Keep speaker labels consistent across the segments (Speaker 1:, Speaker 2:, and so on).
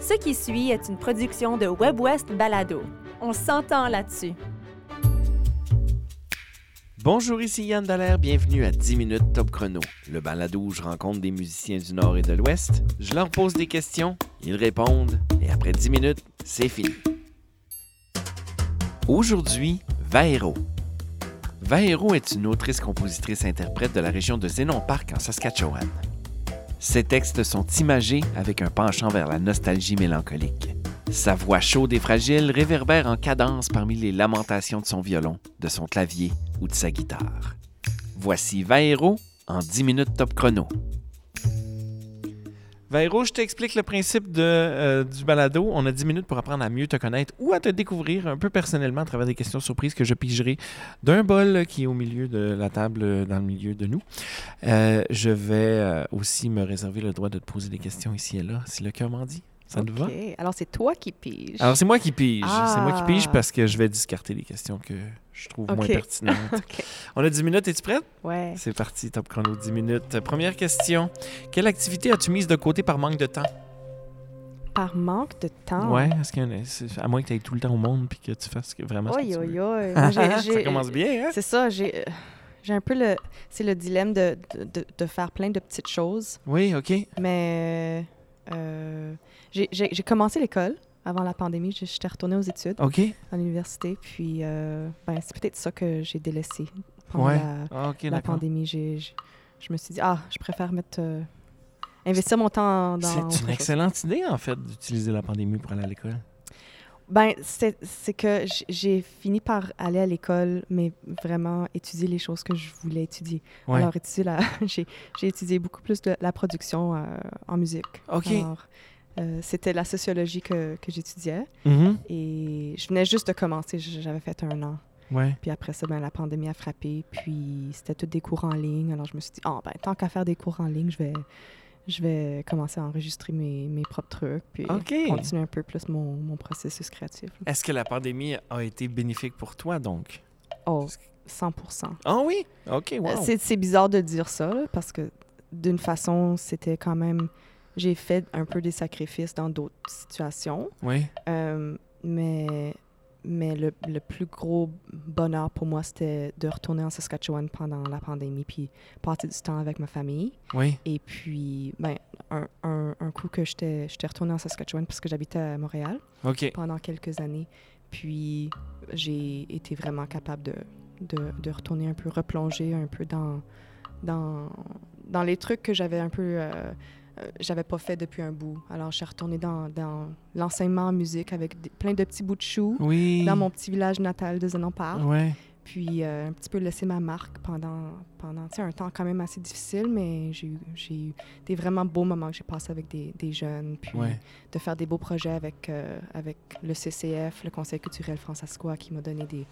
Speaker 1: Ce qui suit est une production de WebWest Balado. On s'entend là-dessus.
Speaker 2: Bonjour, ici Yann Dallaire, bienvenue à 10 minutes Top Chrono, le balado où je rencontre des musiciens du Nord et de l'Ouest, je leur pose des questions, ils répondent, et après 10 minutes, c'est fini. Aujourd'hui, Vaero. Vaero est une autrice, compositrice, interprète de la région de Zénon Park en Saskatchewan. Ses textes sont imagés avec un penchant vers la nostalgie mélancolique. Sa voix chaude et fragile réverbère en cadence parmi les lamentations de son violon, de son clavier ou de sa guitare. Voici Vaero en 10 minutes top chrono. Vaero, je t'explique le principe de, euh, du balado. On a 10 minutes pour apprendre à mieux te connaître ou à te découvrir un peu personnellement à travers des questions surprises que je pigerai d'un bol qui est au milieu de la table, euh, dans le milieu de nous. Euh, je vais euh, aussi me réserver le droit de te poser des questions ici et là, si le cœur m'en dit. Ça te va?
Speaker 3: OK. Alors, c'est toi qui pige.
Speaker 2: Alors, c'est moi qui pige. C'est moi qui pige
Speaker 3: Ah.
Speaker 2: parce que je vais discarter les questions que je trouve moins
Speaker 3: Ok.
Speaker 2: pertinentes.
Speaker 3: OK.
Speaker 2: On a 10 minutes, es-tu prête?
Speaker 3: Ouais.
Speaker 2: C'est parti, top chrono, 10 minutes. Première question. Quelle activité as-tu mise de côté par manque de temps?
Speaker 3: Par manque de temps.
Speaker 2: Ouais, est-ce qu'il y en a- c'est- à moins que tu ailles tout le temps au monde puis que tu fasses que- vraiment ce que
Speaker 3: Oi,
Speaker 2: tu
Speaker 3: oi,
Speaker 2: veux.
Speaker 3: oi. Moi, j'ai-
Speaker 2: Ça
Speaker 3: j'ai-
Speaker 2: commence bien, hein?
Speaker 3: C'est ça, j'ai euh, j'ai un peu le... C'est le dilemme de, de- de- de faire plein de petites choses,
Speaker 2: Oui, OK.
Speaker 3: mais euh, j'ai- j'ai j'ai commencé l'école avant la pandémie. J'ai- J'étais retournée aux études
Speaker 2: OK.
Speaker 3: à l'université, puis euh, ben, c'est peut-être ça que j'ai délaissé pendant
Speaker 2: Ouais.
Speaker 3: la,
Speaker 2: Ah, OK,
Speaker 3: la
Speaker 2: d'accord.
Speaker 3: pandémie. J'ai- j'ai- Je me suis dit, ah, je préfère mettre... euh, investir mon temps dans... autre
Speaker 2: C'est une
Speaker 3: chose.
Speaker 2: excellente idée, en fait, d'utiliser la pandémie pour aller à l'école.
Speaker 3: Ben, c'est c'est que j- j'ai fini par aller à l'école, mais vraiment étudier les choses que je voulais étudier.
Speaker 2: Ouais.
Speaker 3: Alors, étudier la... j'ai j'ai étudié beaucoup plus de la production euh, en musique.
Speaker 2: OK.
Speaker 3: Alors, euh, c'était la sociologie que, que j'étudiais
Speaker 2: Mhm.
Speaker 3: et je venais juste de commencer, J- j'avais fait un an.
Speaker 2: Ouais.
Speaker 3: Puis après ça, ben, la pandémie a frappé, puis c'était tous des cours en ligne. Alors je me suis dit, ah ben, tant qu'à faire des cours en ligne, je vais, je vais commencer à enregistrer mes, mes propres trucs, puis
Speaker 2: OK.
Speaker 3: continuer un peu plus mon, mon processus créatif. là.
Speaker 2: Est-ce que la pandémie a été bénéfique pour toi, donc?
Speaker 3: Oh, 100
Speaker 2: Ah oui? OK, wow.
Speaker 3: Euh, C'est c'est bizarre de dire ça, là, parce que d'une façon, c'était quand même. J'ai fait un peu des sacrifices dans d'autres situations,
Speaker 2: Oui.
Speaker 3: euh, mais, mais le, le plus gros bonheur pour moi, c'était de retourner en Saskatchewan pendant la pandémie, puis passer du temps avec ma famille.
Speaker 2: Oui.
Speaker 3: Et puis, ben, un, un, un coup que j'étais j'étais retournée en Saskatchewan parce que j'habitais à Montréal
Speaker 2: OK.
Speaker 3: pendant quelques années. Puis j'ai été vraiment capable de, de, de retourner un peu, replonger un peu dans, dans, dans les trucs que j'avais un peu. euh, euh, j'avais pas fait depuis un bout. Alors, je suis retournée dans, dans l'enseignement en musique avec des- plein de petits bouts de choux
Speaker 2: Oui.
Speaker 3: dans mon petit village natal de Zenon Park.
Speaker 2: Ouais.
Speaker 3: Puis, euh, un petit peu laisser ma marque pendant, pendant tu sais, un temps quand même assez difficile, mais j'ai eu, j'ai eu des vraiment beaux moments que j'ai passés avec des, des jeunes. Puis,
Speaker 2: Ouais.
Speaker 3: de faire des beaux projets avec, euh, avec le CCF, le Conseil culturel françaiscois, qui m'a donné des,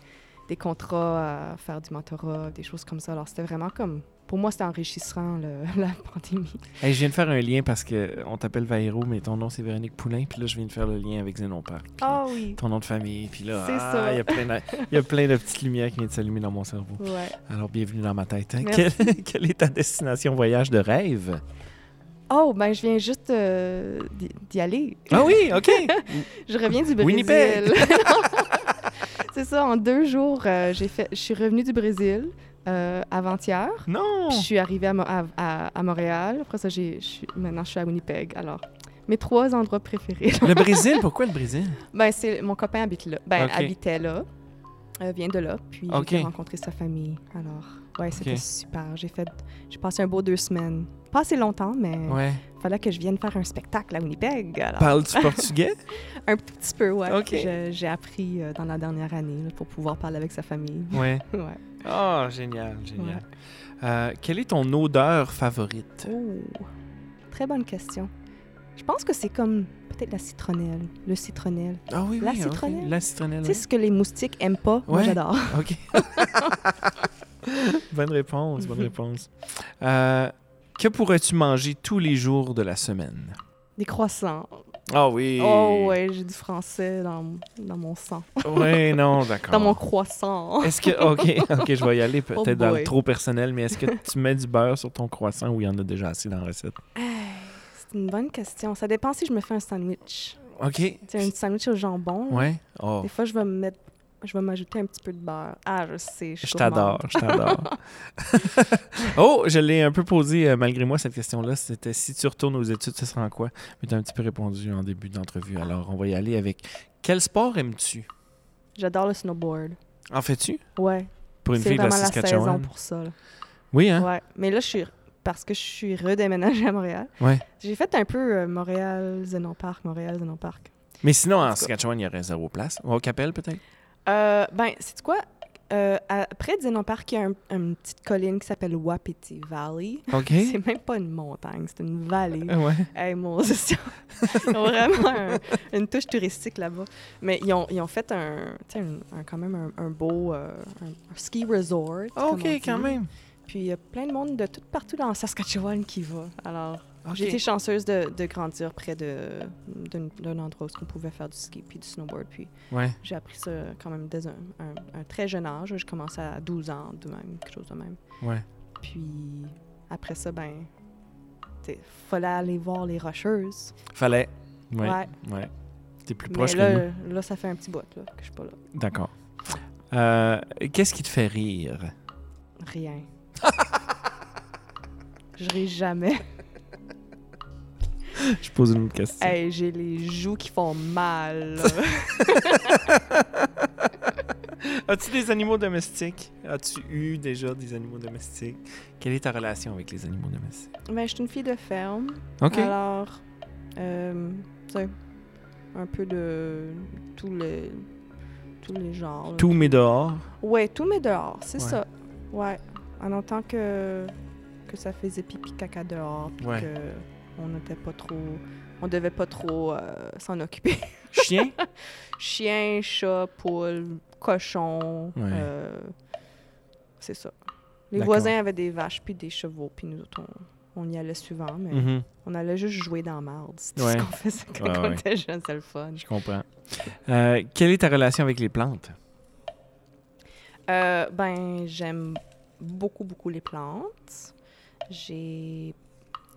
Speaker 3: des contrats à faire du mentorat, des choses comme ça. Alors, c'était vraiment comme... Pour moi, c'était enrichissant, le- la pandémie.
Speaker 2: Hey, je viens de faire un lien parce que on t'appelle Vairo, mais ton nom c'est Véronique Poulain, puis là je viens de faire le lien avec Zénon Park. puis
Speaker 3: oui!
Speaker 2: Ton nom de famille, puis là,
Speaker 3: Ah. C'est
Speaker 2: ah,
Speaker 3: ça.
Speaker 2: il y a plein de- il y a plein de petites lumières qui viennent de s'allumer dans mon cerveau.
Speaker 3: Ouais.
Speaker 2: Alors, bienvenue dans ma tête. hein. Quelle,
Speaker 3: Merci.
Speaker 2: quelle est ta destination voyage de rêve?
Speaker 3: Oh, ben je viens juste euh, d'y- d'y aller.
Speaker 2: Ah oui, OK!
Speaker 3: Je reviens du Brésil.
Speaker 2: Winnipeg.
Speaker 3: C'est ça, en deux jours, euh, j'ai fait, je suis revenue du Brésil euh, avant-hier.
Speaker 2: non!
Speaker 3: Puis je suis arrivée à, Mo- à- à- à Montréal. Après ça, j'ai, je suis- maintenant, je suis à Winnipeg. Alors, mes trois endroits préférés.
Speaker 2: Le Brésil, pourquoi le Brésil?
Speaker 3: ben, c'est, mon copain habite là. Ben,
Speaker 2: Ok.
Speaker 3: habitait là. Euh, vient de là. Puis,
Speaker 2: Ok.
Speaker 3: j'ai rencontré sa famille. Alors, ouais, c'était
Speaker 2: Ok.
Speaker 3: super. J'ai fait... J'ai passé un beau deux semaines. Pas assez longtemps, mais
Speaker 2: Ouais.
Speaker 3: fallait que je vienne faire un spectacle à Winnipeg. Alors,
Speaker 2: Parles-tu portugais?
Speaker 3: un tout petit peu, ouais.
Speaker 2: Ok.
Speaker 3: Je- j'ai appris euh, dans la dernière année là, pour pouvoir parler avec sa famille.
Speaker 2: Ouais.
Speaker 3: ouais.
Speaker 2: Oh, génial, génial. Euh, quelle est ton odeur favorite?
Speaker 3: Oh, très bonne question. Je pense que c'est comme peut-être la citronnelle, le citronnelle.
Speaker 2: Ah oui,
Speaker 3: La
Speaker 2: oui, ok.
Speaker 3: citronnelle?
Speaker 2: La citronnelle,
Speaker 3: Tu sais
Speaker 2: oui.
Speaker 3: ce que les moustiques aiment pas, moi
Speaker 2: Ouais.
Speaker 3: j'adore.
Speaker 2: OK. bonne réponse, bonne
Speaker 3: Mhm.
Speaker 2: réponse. Euh, que pourrais-tu manger tous les jours de la semaine?
Speaker 3: Des croissants.
Speaker 2: Ah oui!
Speaker 3: Oh ouais, j'ai du français dans, dans mon sang,
Speaker 2: Ouais, non, d'accord.
Speaker 3: dans mon croissant.
Speaker 2: Est-ce que... OK, OK, je vais y aller peut-être
Speaker 3: Oh
Speaker 2: dans le
Speaker 3: boy.
Speaker 2: trop personnel, mais est-ce que tu mets du beurre sur ton croissant ou il y en a déjà assez dans la recette?
Speaker 3: Hey, c'est une bonne question. Ça dépend si je me fais un sandwich.
Speaker 2: OK.
Speaker 3: Tu sais, un sandwich au jambon. là.
Speaker 2: Ouais. Oh,
Speaker 3: Des fois, je vais me mettre. Je vais m'ajouter un petit peu de beurre. Ah, je sais. Je,
Speaker 2: je t'adore, je t'adore. oh, je l'ai un peu posé euh, malgré moi cette question-là. C'était si tu retournes aux études, ce sera en quoi? Mais tu as un petit peu répondu en début d'entrevue. Alors, on va y aller avec quel sport aimes-tu?
Speaker 3: J'adore le snowboard.
Speaker 2: En fais-tu?
Speaker 3: Ouais.
Speaker 2: Pour une
Speaker 3: C'est
Speaker 2: fille de la
Speaker 3: vraiment la saison
Speaker 2: Saskatchewan?
Speaker 3: pour ça. là.
Speaker 2: Oui, hein?
Speaker 3: Ouais. Mais là, je suis. Parce que je suis redéménagée à Montréal.
Speaker 2: Ouais.
Speaker 3: J'ai fait un peu euh, Montréal, Zenon Park, Montréal, Zenon Park.
Speaker 2: Mais sinon,
Speaker 3: En
Speaker 2: en
Speaker 3: tout cas.
Speaker 2: Saskatchewan, il y aurait zéro place. Ou au Capel, peut-être?
Speaker 3: Euh, ben, c'est quoi? Euh, à- près de Zenon Park, il y a un- une petite colline qui s'appelle Wapiti Valley.
Speaker 2: OK.
Speaker 3: C'est même pas une montagne, c'est une vallée.
Speaker 2: Euh, Ouais.
Speaker 3: Hey, mon Dieu, ils ont vraiment un- une touche touristique là-bas. Mais ils ont, ils ont fait un, tu sais, un- un- quand même un, un beau euh, un, un ski resort. comme
Speaker 2: OK,
Speaker 3: on dit.
Speaker 2: quand même.
Speaker 3: Puis il y a plein de monde de tout partout dans Saskatchewan qui va. Alors,
Speaker 2: OK.
Speaker 3: j'ai été chanceuse de, de grandir près de- d'un d'un endroit où on pouvait faire du ski puis du snowboard. Puis
Speaker 2: Ouais.
Speaker 3: j'ai appris ça quand même dès un, un- un très jeune âge. Je commençais à 12 ans, de même, quelque chose de même.
Speaker 2: Ouais.
Speaker 3: Puis après ça, ben, tu sais, fallait aller voir les Rocheuses.
Speaker 2: Fallait. Ouais.
Speaker 3: Ouais.
Speaker 2: Ouais. T'es plus
Speaker 3: Mais
Speaker 2: proche
Speaker 3: là, euh,
Speaker 2: que nous.
Speaker 3: là, ça fait un petit bout là, que je suis pas là.
Speaker 2: D'accord. Euh, Qu'est-ce qui te fait rire?
Speaker 3: Rien. je ris jamais.
Speaker 2: Je pose une autre question.
Speaker 3: Hey, j'ai les joues qui font mal. là.
Speaker 2: As-tu des animaux domestiques? As-tu eu déjà des animaux domestiques? Quelle est ta relation avec les animaux domestiques?
Speaker 3: Mais Ben, je suis une fille de ferme.
Speaker 2: OK.
Speaker 3: Alors, euh, tu sais, un peu de tous les tous les genres. là.
Speaker 2: Tout mais dehors.
Speaker 3: Ouais, tout mais dehors, c'est
Speaker 2: Ouais.
Speaker 3: ça. Ouais, en entend que que ça faisait pipi caca dehors, puis
Speaker 2: Ouais.
Speaker 3: que on n'était pas trop, on devait pas trop euh, s'en occuper.
Speaker 2: Chien?
Speaker 3: Chien, chat, poule, cochon.
Speaker 2: Ouais.
Speaker 3: euh, c'est ça. Les
Speaker 2: D'accord.
Speaker 3: voisins avaient des vaches puis des chevaux, puis nous autres, on, on y allait souvent, mais
Speaker 2: Mhm,
Speaker 3: on allait juste jouer dans la marde. C'était
Speaker 2: Ouais.
Speaker 3: ce qu'on faisait quand
Speaker 2: Ouais,
Speaker 3: on
Speaker 2: ouais.
Speaker 3: était jeune, c'est le fun.
Speaker 2: Je comprends. Euh, quelle est ta relation avec les plantes?
Speaker 3: Euh, ben, j'aime beaucoup, beaucoup les plantes. J'ai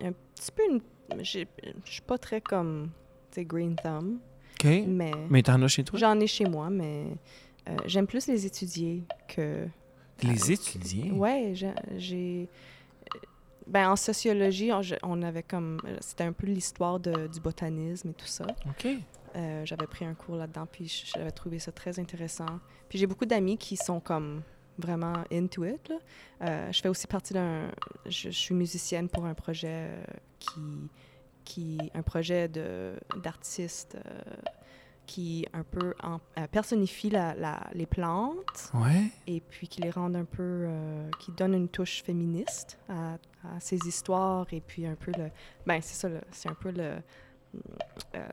Speaker 3: un petit peu une. j'ai- Je suis pas très comme, tu sais, Green Thumb,
Speaker 2: OK.
Speaker 3: mais
Speaker 2: Mais t'en as chez toi?
Speaker 3: j'en ai chez moi, mais euh, j'aime plus les étudier que.
Speaker 2: Les étudier?
Speaker 3: euh, Ouais, j'ai- j'ai. Ben, en sociologie, on, je- on avait comme. C'était un peu l'histoire de- du botanisme et tout ça.
Speaker 2: OK.
Speaker 3: Euh, j'avais pris un cours là-dedans, puis j- j'avais trouvé ça très intéressant. Puis j'ai beaucoup d'amis qui sont comme vraiment into it. là. Euh, je fais aussi partie d'un... Je, je suis musicienne pour un projet euh, qui... qui un projet de- d'artiste euh, qui un peu en- euh, personnifie la- la- les plantes
Speaker 2: Ouais.
Speaker 3: et puis qui les rendent un peu... euh, qui donne une touche féministe à, à ces histoires et puis un peu le... Ben, c'est ça, le- c'est un peu le... euh,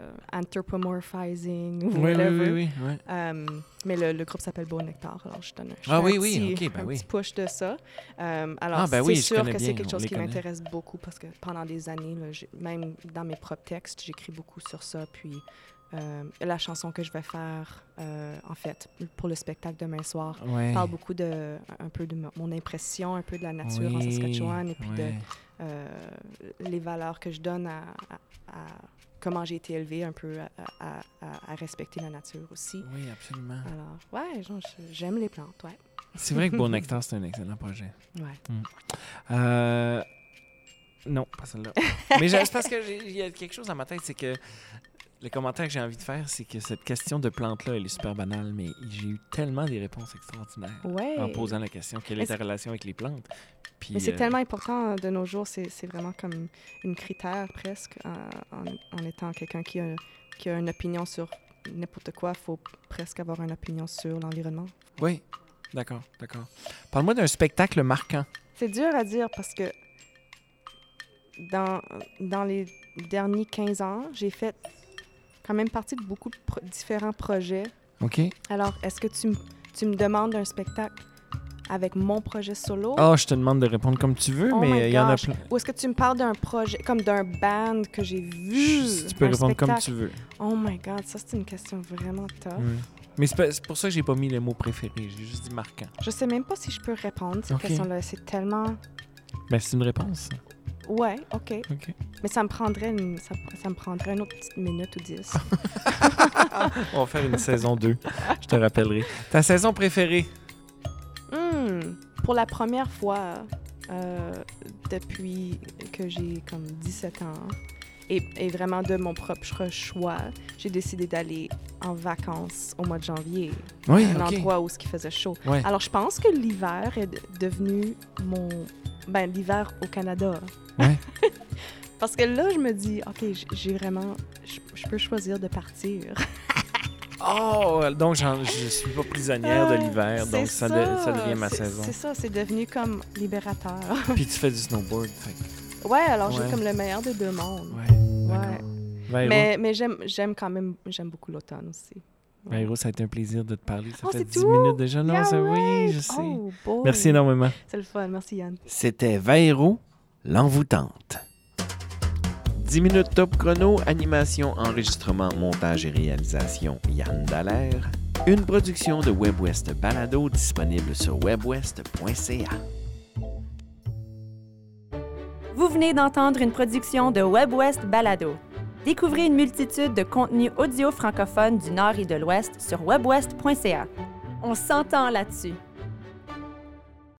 Speaker 3: anthropomorphizing ou
Speaker 2: Oui, oui,
Speaker 3: whatever.
Speaker 2: oui, oui. ouais.
Speaker 3: Euh, mais le, le groupe s'appelle Beau Nectar, alors je donne un, je
Speaker 2: Ah
Speaker 3: fais
Speaker 2: oui,
Speaker 3: un
Speaker 2: oui,
Speaker 3: petit,
Speaker 2: ok, ben
Speaker 3: un
Speaker 2: oui.
Speaker 3: petit push de ça. Euh, alors,
Speaker 2: Ah, ben
Speaker 3: c'est
Speaker 2: oui, je
Speaker 3: sûr
Speaker 2: connais
Speaker 3: que
Speaker 2: bien,
Speaker 3: c'est quelque
Speaker 2: on
Speaker 3: chose
Speaker 2: les
Speaker 3: qui
Speaker 2: connaît.
Speaker 3: m'intéresse beaucoup parce que pendant des années, là, j'ai- même dans mes propres textes, j'écris beaucoup sur ça. Puis euh, la chanson que je vais faire, euh, en fait, pour le spectacle demain soir,
Speaker 2: Ouais.
Speaker 3: parle beaucoup de, un peu de mo- mon impression, un peu de la nature en
Speaker 2: Oui,
Speaker 3: Saskatchewan et puis de
Speaker 2: ouais.
Speaker 3: euh, les valeurs que je donne à, à- à comment j'ai été élevée, un peu à, à- à- à respecter la nature aussi.
Speaker 2: Oui, absolument.
Speaker 3: Alors, ouais, genre, je- j'aime les plantes, ouais.
Speaker 2: C'est vrai que Bon Nectar, c'est un excellent projet.
Speaker 3: Ouais.
Speaker 2: Euh, Non, pas celle-là. Mais j'ai- c'est parce que j'ai- il y a quelque chose dans ma tête, c'est que le commentaire que j'ai envie de faire, c'est que cette question de plante-là, elle est super banale, mais j'ai eu tellement des réponses extraordinaires
Speaker 3: Ouais.
Speaker 2: en posant la question quelle est
Speaker 3: Est-ce
Speaker 2: ta relation avec les plantes Puis,
Speaker 3: Mais c'est
Speaker 2: euh,
Speaker 3: tellement important hein, de nos jours, c'est c'est vraiment comme une critère presque en, en- en étant quelqu'un qui a, qui a une opinion sur n'importe quoi, il faut presque avoir une opinion sur l'environnement.
Speaker 2: Oui, d'accord, d'accord. Parle-moi d'un spectacle marquant.
Speaker 3: C'est dur à dire parce que dans, dans les derniers 15 ans, j'ai fait quand même partie de beaucoup de pro- différents projets.
Speaker 2: OK.
Speaker 3: Alors, est-ce que tu, m- tu me demandes un spectacle avec mon projet solo?
Speaker 2: Ah, je te demande de répondre comme tu veux,
Speaker 3: Oh my
Speaker 2: mais il y en a
Speaker 3: gosh.
Speaker 2: plein.
Speaker 3: Ou est-ce que tu me parles d'un projet, comme d'un band que j'ai vu?
Speaker 2: Si tu peux
Speaker 3: un
Speaker 2: répondre comme tu
Speaker 3: spectacle?
Speaker 2: veux.
Speaker 3: Oh my god, ça c'est une question vraiment tough.
Speaker 2: Oui. Mais c'est pas- c'est pour ça que j'ai pas mis le mot préféré, j'ai juste dit marquant.
Speaker 3: Je sais même pas si je peux répondre à cette
Speaker 2: Mm. Ok.
Speaker 3: question-là. C'est tellement.
Speaker 2: Ben, c'est une réponse.
Speaker 3: Ouais, OK.
Speaker 4: OK.
Speaker 3: Mais ça me prendrait, une, ça, ça me prendrait une autre petite minute ou dix.
Speaker 4: On va faire une saison 2. Je te rappellerai. Ta saison préférée?
Speaker 3: Hmm, Pour la première fois euh, depuis que j'ai comme 17 ans et, et vraiment de mon propre choix, j'ai décidé d'aller en vacances au mois de janvier,
Speaker 4: Oui,
Speaker 3: un
Speaker 4: Hmm, OK.
Speaker 3: endroit où ce qui faisait chaud.
Speaker 4: Ouais.
Speaker 3: Alors je pense que l'hiver est de- devenu mon ben l'hiver au Canada.
Speaker 4: Ouais.
Speaker 3: Parce que là je me dis OK, j- j'ai vraiment je je peux choisir de partir.
Speaker 4: Oh, donc j'en- je suis pas prisonnière de
Speaker 3: Ah,
Speaker 4: l'hiver,
Speaker 3: c'est
Speaker 4: donc ça, de- ça devient ma
Speaker 3: c'est-
Speaker 4: saison.
Speaker 3: C'est ça, c'est devenu comme libérateur.
Speaker 4: Puis tu fais du snowboard. fait que-
Speaker 3: Ouais, alors
Speaker 4: Ouais.
Speaker 3: j'ai comme le meilleur des deux mondes.
Speaker 4: Ouais,
Speaker 3: Ouais.
Speaker 4: d'accord. Vairo,
Speaker 3: Mais, mais j'aime, j'aime quand même, j'aime beaucoup l'automne aussi. Ouais.
Speaker 4: Vairo, ça a été un plaisir de te parler. Ça
Speaker 3: Oh,
Speaker 4: fait
Speaker 3: c'est
Speaker 4: 10
Speaker 3: tout?
Speaker 4: minutes déjà. Non,
Speaker 3: Yeah,
Speaker 4: ça, oui,
Speaker 3: right.
Speaker 4: je sais.
Speaker 3: Oh, boy.
Speaker 4: Merci énormément.
Speaker 3: C'est le fun, merci Yann.
Speaker 2: C'était Vairo, l'envoûtante. 10 minutes top chrono, animation, enregistrement, montage et réalisation, Yann Dallaire. Une production de WebWest Balado disponible sur webwest.ca.
Speaker 1: Vous venez d'entendre une production de WebWest Balado. Découvrez une multitude de contenus audio francophones du Nord et de l'Ouest sur webwest.ca. On s'entend là-dessus.